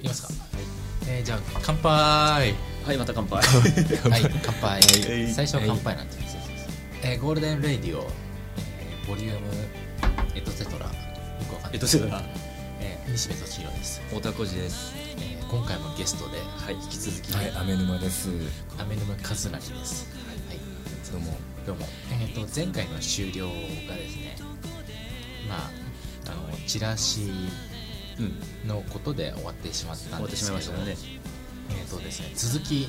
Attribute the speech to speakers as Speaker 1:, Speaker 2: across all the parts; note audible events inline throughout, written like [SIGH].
Speaker 1: きますか、えーじゃあ乾杯
Speaker 2: はいまた乾杯
Speaker 1: はい乾杯
Speaker 2: い
Speaker 1: 最初は乾杯なんて言ってたえーゴールデンレイディオ、えーボリュームエトセトラよくわかんない
Speaker 2: エトセトラ
Speaker 1: えー西部敏弘です、
Speaker 2: 太田浩二です
Speaker 1: えー今回もゲストで、引き続き、
Speaker 3: はい、雨沼です。
Speaker 1: 雨沼和成ですはい
Speaker 3: どうも。
Speaker 1: どうも、えー、と前回の終了がですねまああのチラシ
Speaker 2: うん
Speaker 1: のことで終わってしまった
Speaker 2: 終
Speaker 1: ん
Speaker 2: わっ
Speaker 1: で
Speaker 2: てし
Speaker 1: す
Speaker 2: まい
Speaker 1: け
Speaker 2: ま
Speaker 1: ど
Speaker 2: したね
Speaker 1: えーとですね、続き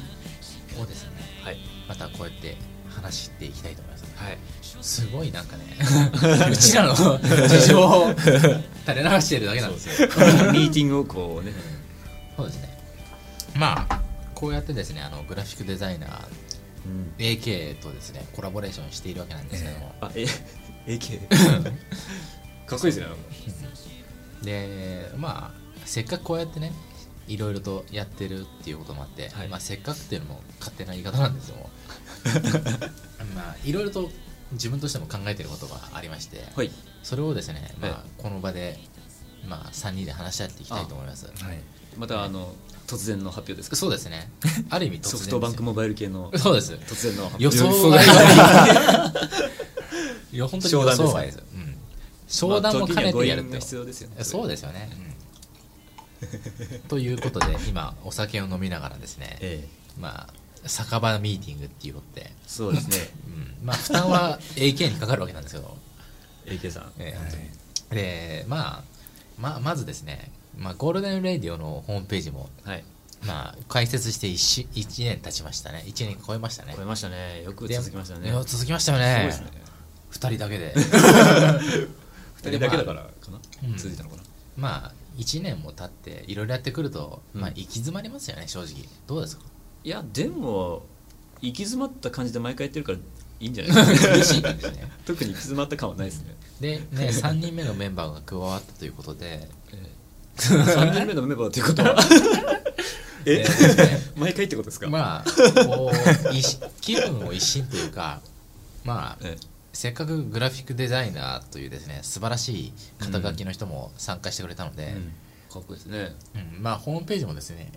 Speaker 1: をですね
Speaker 2: はい
Speaker 1: またこうやって話していきたいと思います
Speaker 2: はい
Speaker 1: すごいなん
Speaker 2: [LAUGHS]
Speaker 1: かねうちらの事情を垂れ流してるだけなんですよ
Speaker 2: [LAUGHS] ミーティングをこうね
Speaker 1: そうですねまあこうやってですねあのグラフィックデザイナー AK とですねコラボレーションしているわけなんですけども、
Speaker 2: あえ AK [LAUGHS] かっこいいですね
Speaker 1: でまあせっかくこうやってねいろいろとやってるっていうこともあって、
Speaker 2: はい
Speaker 1: まあ、せっかくっていうのも勝手な言い方なんですけども
Speaker 2: [LAUGHS]
Speaker 1: まあいろいろと自分としても考えてることがありまして、
Speaker 2: はい
Speaker 1: それをですね、ま
Speaker 2: は
Speaker 1: あ、この場で、まあ、3人で話し合っていきたいと思います
Speaker 3: はい。
Speaker 2: またあの突然の発表ですか
Speaker 1: そうです
Speaker 2: [LAUGHS]
Speaker 1: ねある意味突然です
Speaker 2: ソ
Speaker 1: よ
Speaker 2: フトバンクモバイル系
Speaker 1: [LAUGHS]
Speaker 2: の
Speaker 1: そうです
Speaker 2: 突然の発表
Speaker 1: 予想外
Speaker 2: [LAUGHS]
Speaker 3: 予
Speaker 1: いや本当に予想外ですようん商談も兼ねてやるって
Speaker 2: まあ時にはご遠慮必要ですよね
Speaker 1: そうですよね、うんということで今お酒を飲みながらですね、
Speaker 2: ええ
Speaker 1: まあ酒場ミーティングっていうことで、
Speaker 2: そうですね
Speaker 1: うんまあ負担
Speaker 2: [LAUGHS]
Speaker 1: は AK にかかるわけなんですけど、
Speaker 2: AK さん
Speaker 1: え
Speaker 3: はい
Speaker 1: えでまあまあまずですね、まあ、ゴールデンレディオのホームページも
Speaker 2: はい
Speaker 1: まあ開設して 1, 一年経ちましたね1年超えましたね
Speaker 2: 超えましたねよく
Speaker 1: で
Speaker 2: 続きましたね
Speaker 1: いや続きましたよ
Speaker 2: そう
Speaker 1: ね
Speaker 2: ですね
Speaker 1: 2人だけ
Speaker 2: [LAUGHS]
Speaker 1: で
Speaker 2: 2人だけだからかな
Speaker 1: うん
Speaker 2: 続いたのかな
Speaker 1: まあ1年も経っていろいろやってくると、
Speaker 2: うん
Speaker 1: まあ行き詰まりますよね正直どうですか
Speaker 2: いやでも行き詰まった感じで毎回やってるからいいんじゃないですか
Speaker 1: [LAUGHS] 嬉しいです
Speaker 2: [LAUGHS]
Speaker 1: ね
Speaker 2: 特に行き詰まった感はないですね
Speaker 1: でね3人目のメンバーが加わったということで
Speaker 2: 3人目のメンバーっていうことはえ
Speaker 1: でですね
Speaker 2: [LAUGHS] 毎回ってことですか、
Speaker 1: まあこう
Speaker 2: [LAUGHS]
Speaker 1: 一気分を一新というかまあ
Speaker 2: え
Speaker 1: せっかくグラフィックデザイナーというですね素晴らしい肩書きの人も参加してくれたので、
Speaker 2: えかっこいいですね
Speaker 1: うんまあホームページもですね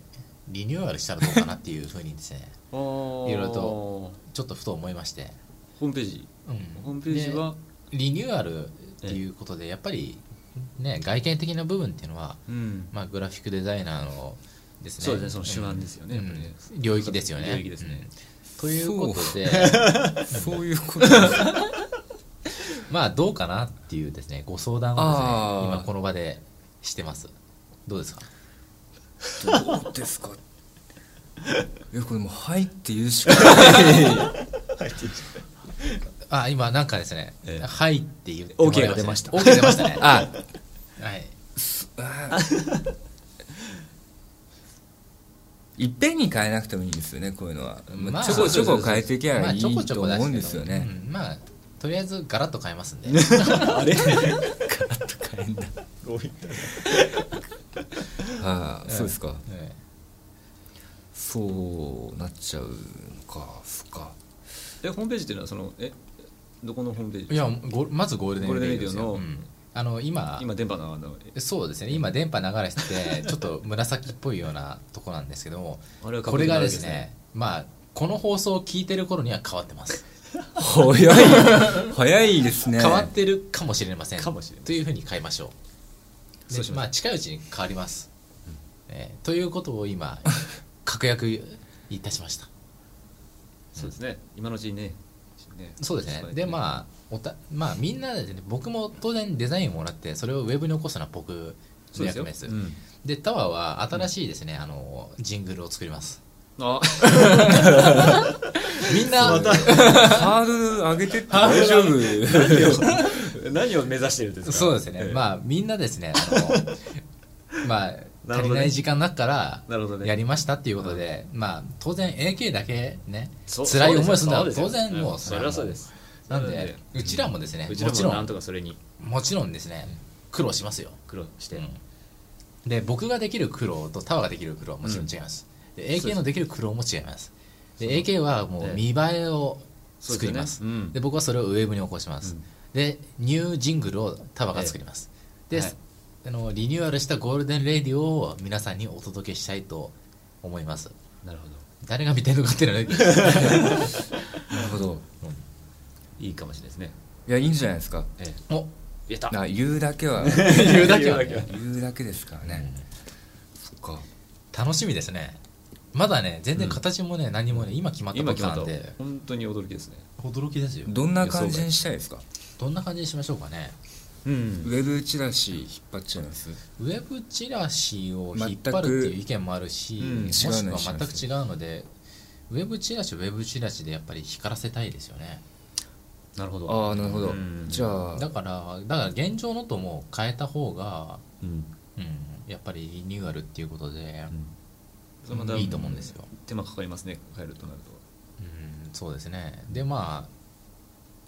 Speaker 1: リニューアルしたらどうかなっていうふうにですね [LAUGHS]
Speaker 2: いろ
Speaker 1: いろいろとちょっとふと思いまして、
Speaker 2: ホームページ
Speaker 1: うん
Speaker 2: ホームページは、
Speaker 1: でリニューアルっていうことでやっぱりね外見的な部分っていうのは、
Speaker 2: うん
Speaker 1: まあ、グラフィックデザイナーのですね
Speaker 2: そうですねその手腕ですよね
Speaker 1: うん
Speaker 2: やっぱりね
Speaker 1: うん領域ですよね
Speaker 2: 領域です
Speaker 1: う
Speaker 2: ね
Speaker 1: んということで
Speaker 3: そういうことですね。
Speaker 1: [LAUGHS] まあどうかなっていうですねご相談をですね
Speaker 3: あー
Speaker 1: 今この場でしてますどうですか
Speaker 3: どうですか。いやこれもうはいって言うしかない。
Speaker 1: あ今なんかですね「
Speaker 2: ええ
Speaker 1: はい」って言って
Speaker 2: OK が出ました
Speaker 1: OK 出ました
Speaker 2: [LAUGHS]
Speaker 1: ね
Speaker 3: あ、
Speaker 1: はい
Speaker 3: あいっぺんに変えなくてもいいですよねこういうのは。まあ、ちょこちょこ変えていけばいい
Speaker 1: まあちょこちょ
Speaker 3: と
Speaker 1: こだ
Speaker 3: 思
Speaker 1: し
Speaker 3: うん
Speaker 1: け
Speaker 3: で
Speaker 1: ど
Speaker 3: すよね。
Speaker 1: うんまあとりあえずガラッと変えますんで
Speaker 2: あれ
Speaker 3: 変えんだ。ああ、そうですか。
Speaker 1: え
Speaker 3: そうなっちゃうのか、そっか。
Speaker 2: [LAUGHS] えホームページっていうのはそのえどこのホームペー
Speaker 1: え
Speaker 2: ジ
Speaker 1: いやゴまずゴールデンレディオですよ
Speaker 2: ゴールデンレディオの
Speaker 1: うんあの今
Speaker 2: 今電波のあのえ
Speaker 1: そうですね今電波流れしててちょっと紫っぽいようなとこなんですけども
Speaker 2: あれは
Speaker 1: これがですねまあこの放送を聞いてる頃には変わってます
Speaker 3: 早い早いですね
Speaker 1: 変わってるかもしれません
Speaker 2: かもしれません
Speaker 1: というふうに変えましょう
Speaker 2: そうしましょう
Speaker 1: まあ近いうちに変わります、えーということを今確約いたしました
Speaker 2: そうですね今のうちにねね
Speaker 1: そうですねでまあおたまあみんなで、ね、僕も当然デザインをもらってそれをウェブに起こすのは僕の
Speaker 2: そうです
Speaker 1: 役
Speaker 2: よ
Speaker 1: 目です
Speaker 2: うん
Speaker 1: でタワーは新しいですね、あのジングルを作り
Speaker 2: [LAUGHS]
Speaker 1: ます
Speaker 2: あ
Speaker 1: みんな
Speaker 3: ハードル上げてって大丈夫
Speaker 2: 何を目指してるんですか
Speaker 1: そうですね、
Speaker 2: あ
Speaker 1: まあみんなですねあ
Speaker 2: [LAUGHS]
Speaker 1: のまあ
Speaker 2: な
Speaker 1: 足
Speaker 2: るほどね
Speaker 1: りない時間の中から
Speaker 2: なるほどね
Speaker 1: やりましたっていうことで、まあ当然 AK だけね
Speaker 2: そう
Speaker 1: 辛い思いをするの
Speaker 2: そう
Speaker 1: は
Speaker 2: ですよ
Speaker 1: 当然もう
Speaker 2: うんそれはそうです
Speaker 1: なの
Speaker 2: それは
Speaker 1: でうちらもですね
Speaker 2: う
Speaker 1: も
Speaker 2: ちら
Speaker 1: ち
Speaker 2: も
Speaker 1: ろ
Speaker 2: なん
Speaker 1: ん
Speaker 2: とかそれに
Speaker 1: もちろんですね苦労しますよ、
Speaker 2: 苦労して
Speaker 1: うんで僕ができる苦労とタワーができる苦労はもちろん違います、で AK のできる苦労も違いますで AK はもう見栄えを作ります
Speaker 2: そうですよねうん
Speaker 1: で僕はそれをウェブに起こします、
Speaker 2: うん
Speaker 1: でニュージングルをタワーが作ります、
Speaker 2: ええ
Speaker 1: で、
Speaker 2: はい
Speaker 1: あのリニューアルしたゴールデンレディオを皆さんにお届けしたいと思います
Speaker 2: なるほど
Speaker 1: 誰が見てるのかっていうのはね
Speaker 3: なるほど
Speaker 2: いいかもしれないですね
Speaker 3: いやいいんじゃないですか
Speaker 2: [LAUGHS] ええ
Speaker 1: お
Speaker 2: やった
Speaker 3: な言うだけは
Speaker 1: 言うだけはね
Speaker 2: [LAUGHS] 言うだ
Speaker 3: 言うだけですからね、そっか
Speaker 1: 楽しみですねまだね全然形もね、何もね今決まった
Speaker 2: 今
Speaker 1: こと
Speaker 2: 決ま
Speaker 1: な
Speaker 2: っ
Speaker 1: ん
Speaker 2: た
Speaker 1: で
Speaker 2: 本当に驚きですね
Speaker 1: 驚きですよ
Speaker 3: どんな感じにしたいですか
Speaker 1: どんな感じにしましょうかね
Speaker 2: うん
Speaker 3: ウェブチラシ引っ張っちゃいます
Speaker 1: ウェブチラシを引っ張るっていう意見もあるし、
Speaker 2: 全くうん
Speaker 1: もしくは
Speaker 3: 違うのにしま
Speaker 1: 全く
Speaker 3: す
Speaker 1: 違うのでウェブチラシウェブチラシでやっぱり光らせたいですよね
Speaker 2: なるほど
Speaker 3: ああなるほど、
Speaker 2: うん
Speaker 3: じゃあ
Speaker 1: だからだから現状のとも変えた方が、
Speaker 2: うん
Speaker 1: うん、やっぱりリニューアルっていうことで、
Speaker 2: それまた
Speaker 1: いいと思うんですよ、
Speaker 2: 手間かかりますね変えるとなる
Speaker 1: うん、そうですねでまあ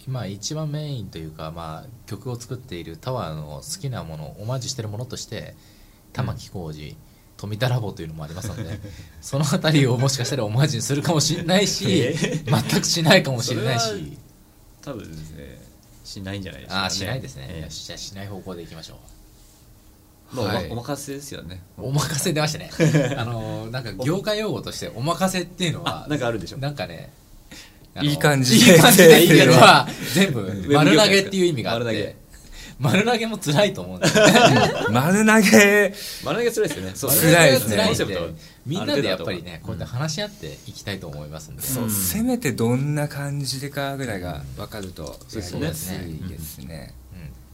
Speaker 1: 今一番メインというか、まあ、曲を作っているタワーの好きなものをオマージュしてるものとして玉置浩二富田ラボというのもありますのでその辺りをもしかしたらオマージュにするかもしれないし
Speaker 2: [LAUGHS] え
Speaker 1: 全くしないかもしれない
Speaker 2: それは
Speaker 1: し
Speaker 2: と多分ですねしないんじゃないですか、ね、
Speaker 1: ああしないですね、
Speaker 2: ええ
Speaker 1: よしじゃあしない方向でいきましょう
Speaker 2: まあ、
Speaker 3: はい
Speaker 2: おお任せですよね
Speaker 1: お任せ出ました
Speaker 2: [LAUGHS]
Speaker 1: ねあのなんか業界用語として「お任せ」っていうのは
Speaker 2: あなんかあるでしょ
Speaker 1: なんかねあの
Speaker 3: いい感じ
Speaker 1: いい感じでっていうのは全部
Speaker 2: ブ
Speaker 1: 丸投げっていう意味があっ
Speaker 2: 丸投げ
Speaker 1: て丸投げも辛いと思うんですよね
Speaker 3: 丸投げ
Speaker 2: 丸投げつらいですよねそう
Speaker 1: 丸投
Speaker 3: 辛
Speaker 1: げ
Speaker 3: い
Speaker 1: が
Speaker 3: ですね
Speaker 1: 辛いん
Speaker 2: コンセプトは
Speaker 1: でみんなでやっぱり
Speaker 2: ある
Speaker 1: ねこう
Speaker 2: 程
Speaker 1: やって
Speaker 2: 度だと
Speaker 1: 話し合っていきたいと思いますんで
Speaker 3: そう、
Speaker 2: うん
Speaker 3: せめてどんな感じでかぐらいが分かると
Speaker 2: そうです
Speaker 3: や
Speaker 2: ね
Speaker 3: りやすいですね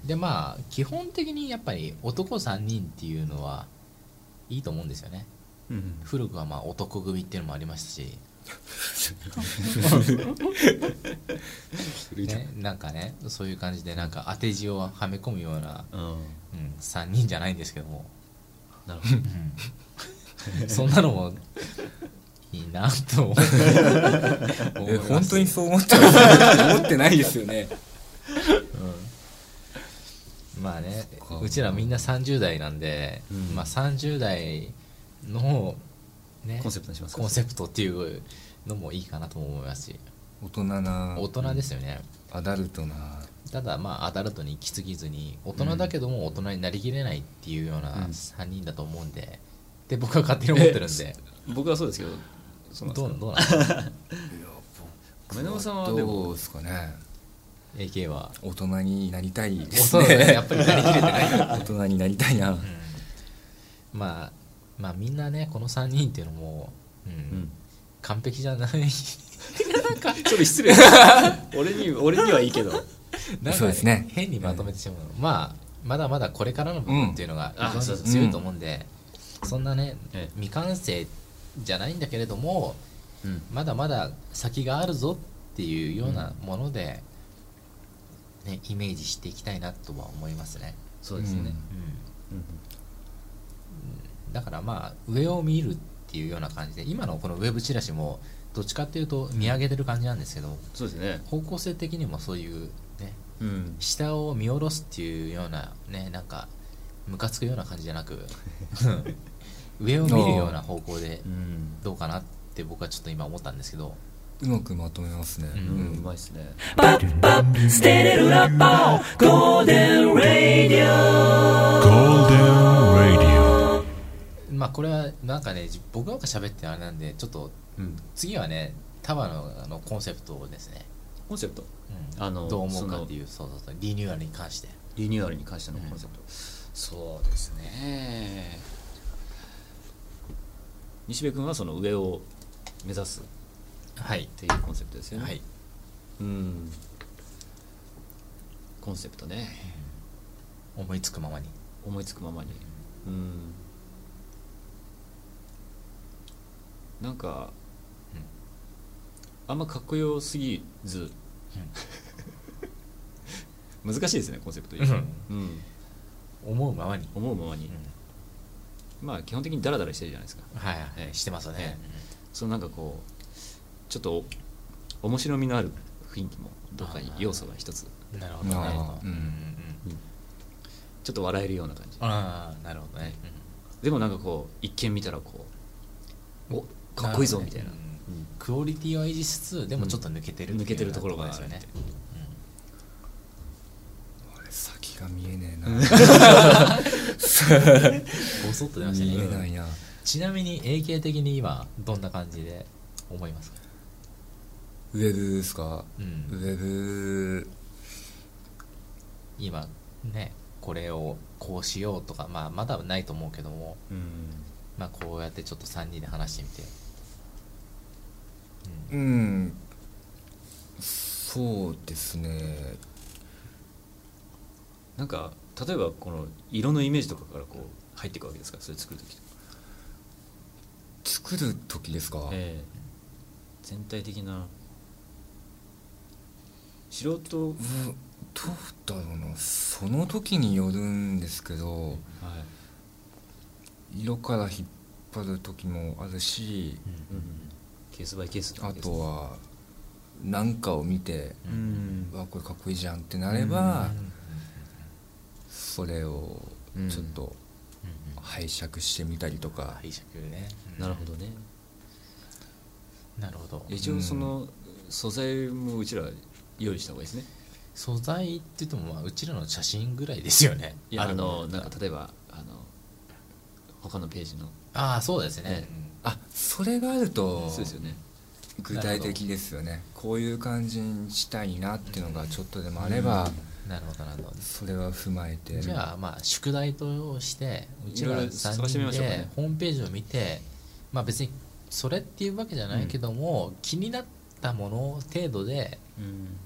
Speaker 1: うんでまあ基本的にやっぱり男3人っていうのはいいと思うんですよね
Speaker 2: うんうん
Speaker 1: 古くはまあ男組っていうのもありましたし
Speaker 2: 古いな
Speaker 1: ね、なんかねそういう感じでなんか当て字をはめ込むような、
Speaker 2: うん
Speaker 1: うん、3人じゃないんですけども、
Speaker 2: なるほど
Speaker 1: [LAUGHS] うんそんなのもいいなと
Speaker 2: [LAUGHS]
Speaker 1: 思う
Speaker 3: え
Speaker 1: 思いま
Speaker 3: 本
Speaker 1: す
Speaker 3: 当にそう思ってます思ってないですよね
Speaker 1: まあね
Speaker 3: そっか
Speaker 1: うちらみんな30代なんで、
Speaker 2: うん
Speaker 1: まあ、30代の、ね、
Speaker 2: コンセプトにしますか
Speaker 1: コンセプトっていうのもいいかなとも思いますし
Speaker 3: [LAUGHS] 大人な
Speaker 1: 大人ですよね、
Speaker 3: アダルトな
Speaker 1: ただまあアダルトに行き過ぎずに大人だけども大人になりきれないっていうような
Speaker 2: うん
Speaker 1: 3人だと思うんで、で僕は勝手に思ってるんで
Speaker 2: 僕はそうですけどそうなんです
Speaker 1: ど
Speaker 2: か
Speaker 1: うどうなんですか
Speaker 2: 米長さんはでも
Speaker 3: どうですかね
Speaker 1: AK は
Speaker 3: 大人になりたいで
Speaker 1: 大
Speaker 3: す
Speaker 1: 人だねや
Speaker 3: ね
Speaker 1: っぱりなりきれてない、
Speaker 3: [LAUGHS] 大人になりたいな、
Speaker 1: まあまあみんなねこの3人っていうのも、うん
Speaker 2: うん
Speaker 1: 完璧じゃない [LAUGHS]
Speaker 2: ちょっと失礼俺に俺にはいいけど
Speaker 1: なんか
Speaker 3: そうですね
Speaker 1: 変にまとめてしまうの、まあまだまだこれからの部分っていうのが
Speaker 2: うんあ
Speaker 1: 非常
Speaker 2: そう
Speaker 1: に
Speaker 2: そう
Speaker 1: 強いと思うんで、そんなね、
Speaker 2: ええ
Speaker 1: 未完成じゃないんだけれども
Speaker 2: うん
Speaker 1: まだまだ先があるぞっていうようなもので、ね、イメージしていきたいなとは思いますね、
Speaker 2: そうですねうん
Speaker 1: だからまあ上を見るっていうような感じで今のこのウェブチラシもどっちかっていうと見上げてる感じなんですけど
Speaker 2: そうですね
Speaker 1: 方向性的にもそういうね
Speaker 2: うん
Speaker 1: 下を見下ろすっていうようなねなんかムカつくような感じじゃなく [LAUGHS] 上を見るような方向で
Speaker 2: うん
Speaker 1: どうかなって僕はちょっと今思ったんですけど
Speaker 3: [LAUGHS] うまくまとめますね、
Speaker 2: うんうまいですね
Speaker 4: 捨てれるラッパーゴールデンレディオ
Speaker 5: Golden Radio.
Speaker 1: まあこれはなんかねじ僕なんか喋ってあれなんでちょっと
Speaker 2: うん
Speaker 1: 次はねタワーのあのコンセプトをですね、
Speaker 2: コンセプト
Speaker 1: うん
Speaker 2: あの
Speaker 1: どう思うかっていうそうそうそうリニューアルに関して
Speaker 2: リニューアルに関してのコンセプト、そうですね西部君はその上を目指すっ
Speaker 1: はい
Speaker 2: ていうコンセプトですよね
Speaker 1: はい
Speaker 2: うんコンセプトね
Speaker 1: 思いつくままに
Speaker 2: 思いつくままにうんなんか、あんまかっこよすぎず、難しいですねコンセプト、うん、
Speaker 1: 思うままに、
Speaker 2: 思うままに、まあ基本的にダラダラしてるじゃないですか
Speaker 1: はいはい、
Speaker 2: ええ
Speaker 1: してますよね、
Speaker 2: そのなんかこうちょっと面白みのある雰囲気もどっかに要素が一つ
Speaker 1: なるほどね
Speaker 3: あーうん
Speaker 1: うんうん
Speaker 2: ちょっと笑えるような感じ
Speaker 1: ああなるほどね、
Speaker 2: でもなんかこう一見見たらこうおかっこいいぞみたいな
Speaker 1: るほどねうんクオリティを維持しつつでもちょっと抜けてるっていう
Speaker 2: 抜けてるところが
Speaker 1: ですよね
Speaker 3: あれ先が見えねえな
Speaker 1: ボソッと出ました
Speaker 3: 見れ
Speaker 1: ね
Speaker 3: ないな
Speaker 1: ちなみに AK 的に今どんな感じで思いますか、
Speaker 3: ウェブですか
Speaker 1: う
Speaker 3: ウ
Speaker 1: ん、
Speaker 3: ェブ
Speaker 1: 今ねこれをこうしようとか、まあ、まだはないと思うけども、
Speaker 2: うん
Speaker 1: まあ、こうやってちょっと3人で話してみて、うん
Speaker 3: うんそうですね
Speaker 2: なんか例えばこの色のイメージとかからこう入っていくわけですからそれ作る時とか、
Speaker 3: 作る時ですか、
Speaker 2: ええ全体的な素人、
Speaker 3: うんどうだろうなその時によるんですけど
Speaker 2: はい
Speaker 3: 色から引っ張る時もあるし
Speaker 2: うんうん、ケースバイケース
Speaker 3: あとは何かを見て
Speaker 2: う
Speaker 3: 「うんわこれかっこいいじゃん」ってなれば
Speaker 1: うんうんうん
Speaker 3: それをちょっと拝借してみたりとか
Speaker 1: 拝借ね、
Speaker 2: なるほどね
Speaker 1: どなるほど
Speaker 2: 一応その素材もうちら用意した方がいいですね
Speaker 1: 素材って言ってもまあうちらの写真ぐらいですよね
Speaker 2: いやあ
Speaker 1: る
Speaker 2: の
Speaker 1: だ
Speaker 2: な
Speaker 1: ったら
Speaker 2: んか例えばあの他のページの
Speaker 1: ああそうですね
Speaker 2: ね、
Speaker 3: あそれがあると
Speaker 2: そうですよね
Speaker 3: 具体的ですよねこういう感じにしたいなっていうのがちょっとでもあれば
Speaker 1: うんなるほどなるほど
Speaker 3: それは踏まえて
Speaker 1: じゃあまあ宿題としてうち
Speaker 2: い
Speaker 1: ら
Speaker 2: ろいろ
Speaker 1: 3
Speaker 2: 探してみ
Speaker 1: 人
Speaker 2: ましょうか
Speaker 1: で
Speaker 2: ね
Speaker 1: ホームページを見てまあ別にそれっていうわけじゃないけども、気になったもの程度で
Speaker 2: うん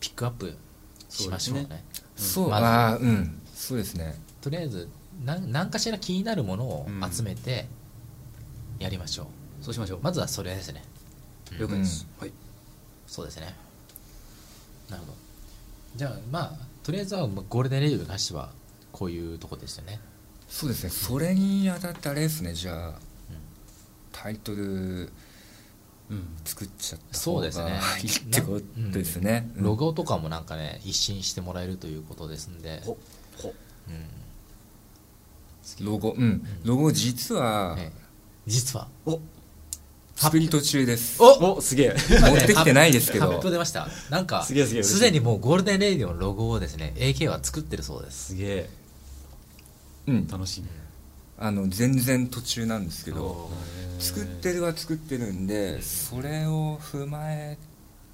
Speaker 1: ピックアップしましょうね
Speaker 2: そうで
Speaker 3: そう
Speaker 1: まず
Speaker 3: あーうんそうですね
Speaker 1: とりあえず何何かしら気になるものを
Speaker 2: うん
Speaker 1: 集めてやりましょう、
Speaker 2: そうしましょう
Speaker 1: まずはそれですね
Speaker 2: 了解です、はい
Speaker 1: そうですねなるほどじゃあまあとりあえずはまあゴールデンレディオなしはこういうとこですよね
Speaker 3: そうですねそれにあたってあれですねじゃあタイトル
Speaker 2: うん
Speaker 3: 作っちゃった方
Speaker 1: そう
Speaker 3: がい
Speaker 1: で
Speaker 3: い
Speaker 1: すね
Speaker 3: ってことですねうん
Speaker 1: ロゴとかもなんかね一新してもらえるということですんで、
Speaker 2: ほほ
Speaker 1: うん
Speaker 3: ロゴうんロゴ実は
Speaker 1: ね、実は
Speaker 2: お
Speaker 3: スピリト中です
Speaker 2: おおすげえ
Speaker 3: 持ってきてないですけ
Speaker 1: 発
Speaker 3: ど
Speaker 1: 表出ましたなんか
Speaker 2: すげえすげえ嬉しい
Speaker 1: すでにもうゴールデンレディオのロゴをですね AK は作ってるそうです
Speaker 2: [LAUGHS] すげえ
Speaker 3: うん
Speaker 2: 楽しみ
Speaker 3: あの全然途中なんですけど
Speaker 2: おー
Speaker 3: 作ってるは作ってるんでそれを踏まえ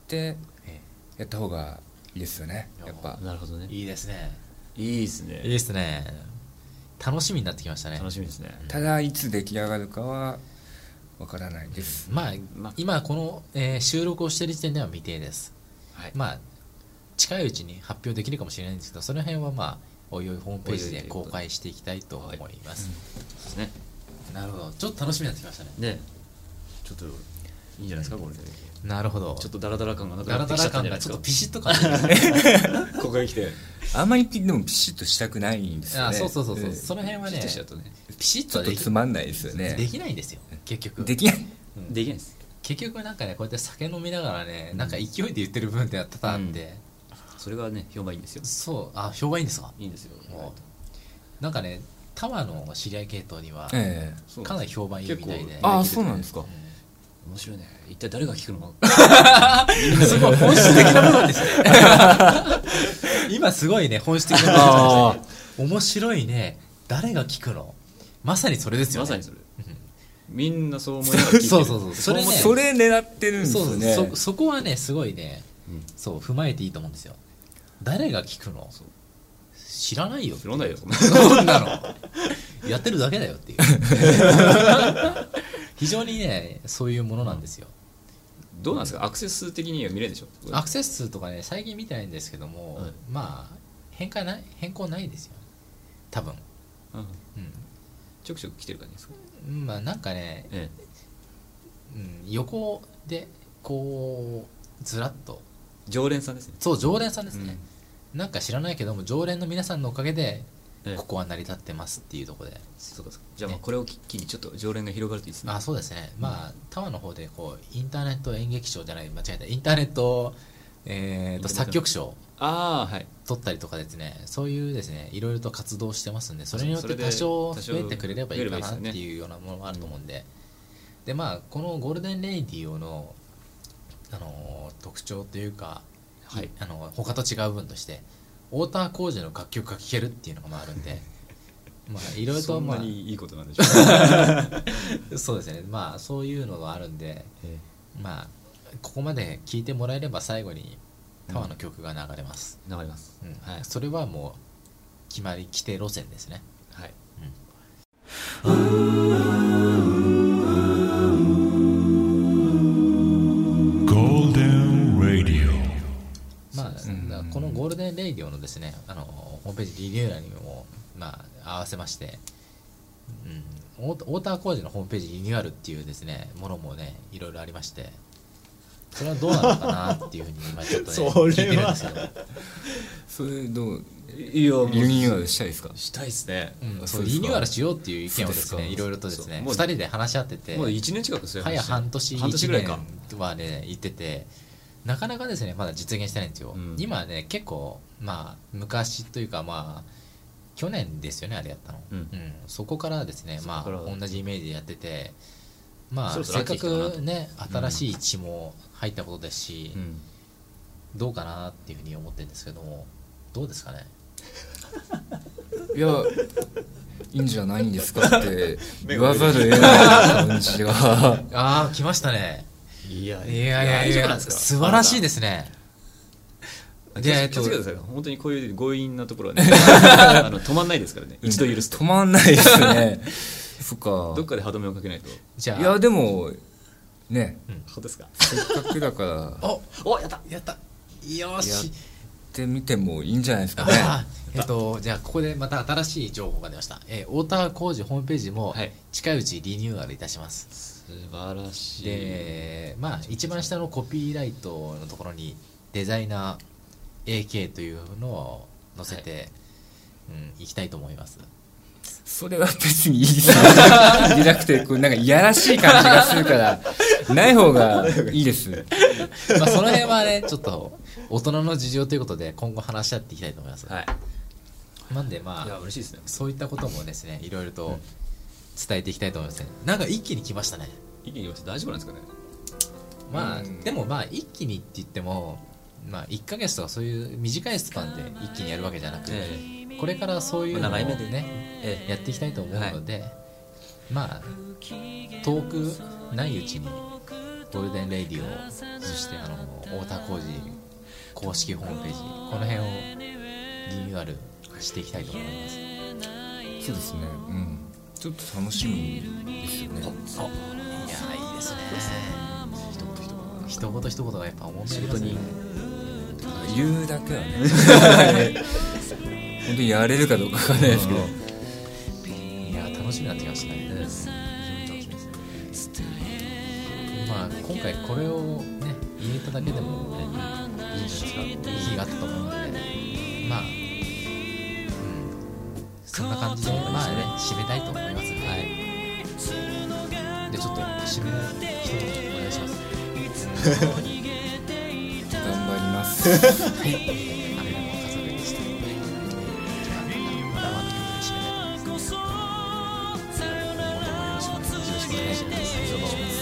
Speaker 3: て
Speaker 1: え
Speaker 3: やった方がいいですよねやっぱ
Speaker 2: なるほどね
Speaker 1: えいいですね
Speaker 2: いいです
Speaker 1: いい
Speaker 2: ね
Speaker 1: ですね楽しみになってきましたね
Speaker 2: 楽しみですね
Speaker 3: ただいつ出来上がるかはわからないです
Speaker 1: まあ、
Speaker 2: まあ
Speaker 1: 今この、えー収録をしている時点では未定です、
Speaker 2: はい
Speaker 1: まあ近いうちに発表できるかもしれないんですけどその辺はまあおいおいホームページで公開していきたいと思います、
Speaker 2: そうですね
Speaker 1: なるほどちょっと楽しみになってきましたね
Speaker 2: ねちょっといいんじゃないですかこれで
Speaker 1: なるほど
Speaker 2: ちょっとダラダラ感がなく
Speaker 1: ダラ
Speaker 2: なって
Speaker 1: ダ
Speaker 2: きちゃ
Speaker 1: ラ
Speaker 2: ったん
Speaker 1: 感
Speaker 2: じゃ
Speaker 1: が
Speaker 2: ないで
Speaker 1: ち
Speaker 2: す
Speaker 1: ょっ
Speaker 2: か
Speaker 1: とピシッと感じる
Speaker 2: ここに来て
Speaker 3: あんまりピでもピシッとしたくないんですよ
Speaker 1: あ
Speaker 3: ね
Speaker 1: そうそうそうそう、
Speaker 3: ん
Speaker 1: その辺はね
Speaker 2: ちょっとしちゃうとね
Speaker 1: ピシッ
Speaker 3: ちょ
Speaker 1: と
Speaker 3: っと
Speaker 1: でき
Speaker 3: つまんないですよね
Speaker 1: できないんですよ結局
Speaker 3: できない
Speaker 2: できないです
Speaker 1: 結局なんかねこうやって酒飲みながらねなんか勢いで言ってる部分って多々あって、
Speaker 2: それがね評判いいんですよ
Speaker 1: そうあ評判いいんですか
Speaker 2: いいんですよ
Speaker 1: もうなんかねタワーの知り合い系統には
Speaker 3: ええ
Speaker 2: そう
Speaker 1: かなり評判いいみたいで
Speaker 2: 結構
Speaker 3: ああそうなんですか
Speaker 2: 面白いね一体誰が聞くのか
Speaker 1: [LAUGHS] すごい本質的な部分ですね今すごいね本質
Speaker 2: [LAUGHS]
Speaker 1: 的な部分
Speaker 2: あ
Speaker 1: ですね面白いね誰が聞くのまさにそれですよね
Speaker 2: まさにそれ
Speaker 1: ん
Speaker 2: みんなそう思いながら聞いてる
Speaker 1: [LAUGHS] そうそうそうそれね
Speaker 3: それ狙ってるんです
Speaker 1: そ
Speaker 3: よ
Speaker 1: う
Speaker 3: ね
Speaker 1: そそこはねすごいね
Speaker 2: うん
Speaker 1: そう踏まえていいと思うんですよ誰が聞くの
Speaker 2: そう
Speaker 1: 知らないよ
Speaker 2: 知らないよそんな
Speaker 1: そんなのやってるだけだよ
Speaker 2: [LAUGHS]
Speaker 1: っていう非常にねそういうものなんですよ
Speaker 2: どうなんですかアクセス数的には見れるでしょ
Speaker 1: アクセス数とかね最近見てないんですけども、
Speaker 2: はい
Speaker 1: まあ変化ない変更ないですよ多分
Speaker 2: うん
Speaker 1: うん
Speaker 2: ちょくちょく来てる感じですか
Speaker 1: うんまあなんかね、
Speaker 2: え
Speaker 1: う
Speaker 2: え
Speaker 1: ん、横でこうずらっと
Speaker 2: 常連さんですね
Speaker 1: そう常連さんですね、なんか知らないけども常連の皆さんのおかげで
Speaker 2: ええ
Speaker 1: ここは成り立ってますっていうところで、
Speaker 2: そうかそうかじゃあまあこれをき機にちょっと常連が広がるといいですね
Speaker 1: あそうですね、まあ、タワーの方でこうインターネット演劇賞じゃない、間違えた、インターネット,、えーと
Speaker 2: インターネット
Speaker 1: 作曲賞
Speaker 2: ああはい
Speaker 1: 取ったりとかですね、そういうですねいろいろと活動してますんで、それによっ
Speaker 2: そ
Speaker 1: て
Speaker 2: うそれで
Speaker 1: 多少
Speaker 2: 多少
Speaker 1: 増えてくれればいいかな
Speaker 2: 増
Speaker 1: っ
Speaker 2: えればいいですよ
Speaker 1: て
Speaker 2: ね
Speaker 1: いうようなものもあると思うんで、でまあ、このゴールデン・レイディオの、あのー特徴というか、
Speaker 2: はい
Speaker 1: あ
Speaker 2: [LAUGHS]
Speaker 1: の他と違う分として、太田浩二の楽曲が聴けるっていうのがまああるんで、まあいろいろ
Speaker 2: そ
Speaker 1: と
Speaker 2: ん
Speaker 1: ま
Speaker 2: な
Speaker 1: あ
Speaker 2: にいいことなんでしょう [LAUGHS] か
Speaker 1: そうですねまあそういうのがあるんで
Speaker 2: え
Speaker 1: まあここまで聴いてもらえれば最後にタワーの曲が流れます、
Speaker 2: え流れます
Speaker 1: うんはい、それはもう決まり規定路線ですね
Speaker 2: はい
Speaker 5: Golden Radio.
Speaker 1: まあ、
Speaker 3: ね
Speaker 1: だからこのゴールデンレイディオのですねあのホームページリニューアルにも、まあ、合わせまして、うん、太太田浩二のホームページリニューアルっていうですねものもねいろいろありましてそれはどうなのかなっていうふうに今ちょっとね
Speaker 2: それは
Speaker 1: 聞いてるんですけど、
Speaker 3: それどう
Speaker 2: いや
Speaker 3: ユニーアルしたいですか
Speaker 2: したいですね
Speaker 1: うん、
Speaker 3: そ
Speaker 1: そうう
Speaker 3: ですか
Speaker 1: リニューアルしようっていう意見をです
Speaker 3: そうで
Speaker 1: ね
Speaker 3: すか
Speaker 1: いろいろとですね
Speaker 2: そう
Speaker 1: 2
Speaker 2: もう
Speaker 1: 人で話し合ってて
Speaker 2: もう1年近くそういう話
Speaker 1: はや半年
Speaker 2: 半年ぐらいか
Speaker 1: 一年はね言っててなかなかですねまだ実現してないんですよ、
Speaker 2: うん
Speaker 1: 今ね結構まあ昔というかまあ去年ですよねあれやったの、
Speaker 2: うん
Speaker 1: そこからですねま
Speaker 2: そこから
Speaker 1: あ同じイメージでやっててま
Speaker 2: そろ
Speaker 1: あ
Speaker 2: そ
Speaker 1: せっ
Speaker 2: ろ飽き
Speaker 1: か
Speaker 2: てきたかなと
Speaker 1: くね新しい血も入ったことですし、
Speaker 2: うん
Speaker 1: どうかなっていうふうに思ってるんですけどもどうですかね
Speaker 3: いやいいんじゃないんですか
Speaker 1: [LAUGHS]
Speaker 3: って言わざるを得ない感じが
Speaker 1: ああ [LAUGHS] 来ましたね
Speaker 2: いや
Speaker 1: いやいやい
Speaker 2: 大丈夫なん
Speaker 1: や
Speaker 2: ですか
Speaker 1: 素晴らしいですすね
Speaker 2: で
Speaker 1: で
Speaker 2: え
Speaker 1: え
Speaker 2: っ
Speaker 1: っと
Speaker 2: と気をつけてください本当にこういう強引なと
Speaker 1: [LAUGHS]
Speaker 2: ころはねあの止まんないですからね一度許すと
Speaker 3: 止まんないで
Speaker 2: [LAUGHS]
Speaker 3: すねそっか
Speaker 2: どっかで歯止めをかけないと
Speaker 1: じゃあ
Speaker 3: いやでもね
Speaker 2: 本当ですか
Speaker 3: せっかくだから
Speaker 1: お
Speaker 2: おやった
Speaker 1: やったよー
Speaker 3: やっ
Speaker 1: し
Speaker 3: ってみてもいいんじゃない
Speaker 1: [LAUGHS]
Speaker 3: ですかね
Speaker 1: あーえっとじゃあここでまた新しい情報が出ました、えー、太田浩二ホームページも
Speaker 2: はい
Speaker 1: 近いうちリニューアルいたします、
Speaker 2: 素晴らしい
Speaker 1: でまあ一番下のコピーライトのところにデザイナー AK というのを載せて、うん、いきたいと思います
Speaker 3: それは別にいいですよいなくてこうなんかいやらしい感じがす
Speaker 2: [LAUGHS]
Speaker 3: るからない方がいいです
Speaker 1: まあその辺は
Speaker 2: [LAUGHS]
Speaker 1: ねちょっと大人の事情ということで今後話し合っていきたいと思います、
Speaker 2: はい
Speaker 1: なんでま
Speaker 2: いや
Speaker 1: あ
Speaker 2: 嬉しいですね
Speaker 1: そういったこともですねいろいろと伝えていきたいと思いますねなんか一気に来ましたね
Speaker 2: 意見言いました大丈夫なんですかね
Speaker 1: まあ、
Speaker 3: うん
Speaker 1: でもまあ一気にって言っても、まあ、1ヶ月とかそういう短いスパンで一気にやるわけじゃなくて、
Speaker 2: え
Speaker 1: これからそういうのを
Speaker 2: 長い目で
Speaker 1: ね、
Speaker 2: ええ
Speaker 1: やっていきたいと思うので、まあ遠くないうちにゴールデンレイディオそしてあの太田浩二公式ホームページこの辺をリニューアルしていきたいと思います
Speaker 3: そうですねうんちょっと楽しみですよね
Speaker 1: いやいいですね一言一言一言がやっぱ面白いですね
Speaker 3: 言うだけはね
Speaker 2: [LAUGHS]
Speaker 3: 本当にやれるかどうかわかんないですけど
Speaker 1: いや楽しみになってきましたね、まあ今回これをね入れただけでもねいいんじゃないですかいい日があったと思うのでまあ、うん、そんな感じでまあね締めたいと思いますはいでちょっと締めの一言お願いします
Speaker 3: 頑張ります
Speaker 1: はいアメリカの家族でしたじゃあまだまだ締めたいと思います今後ともよろしくお願いしますよろしくお願いします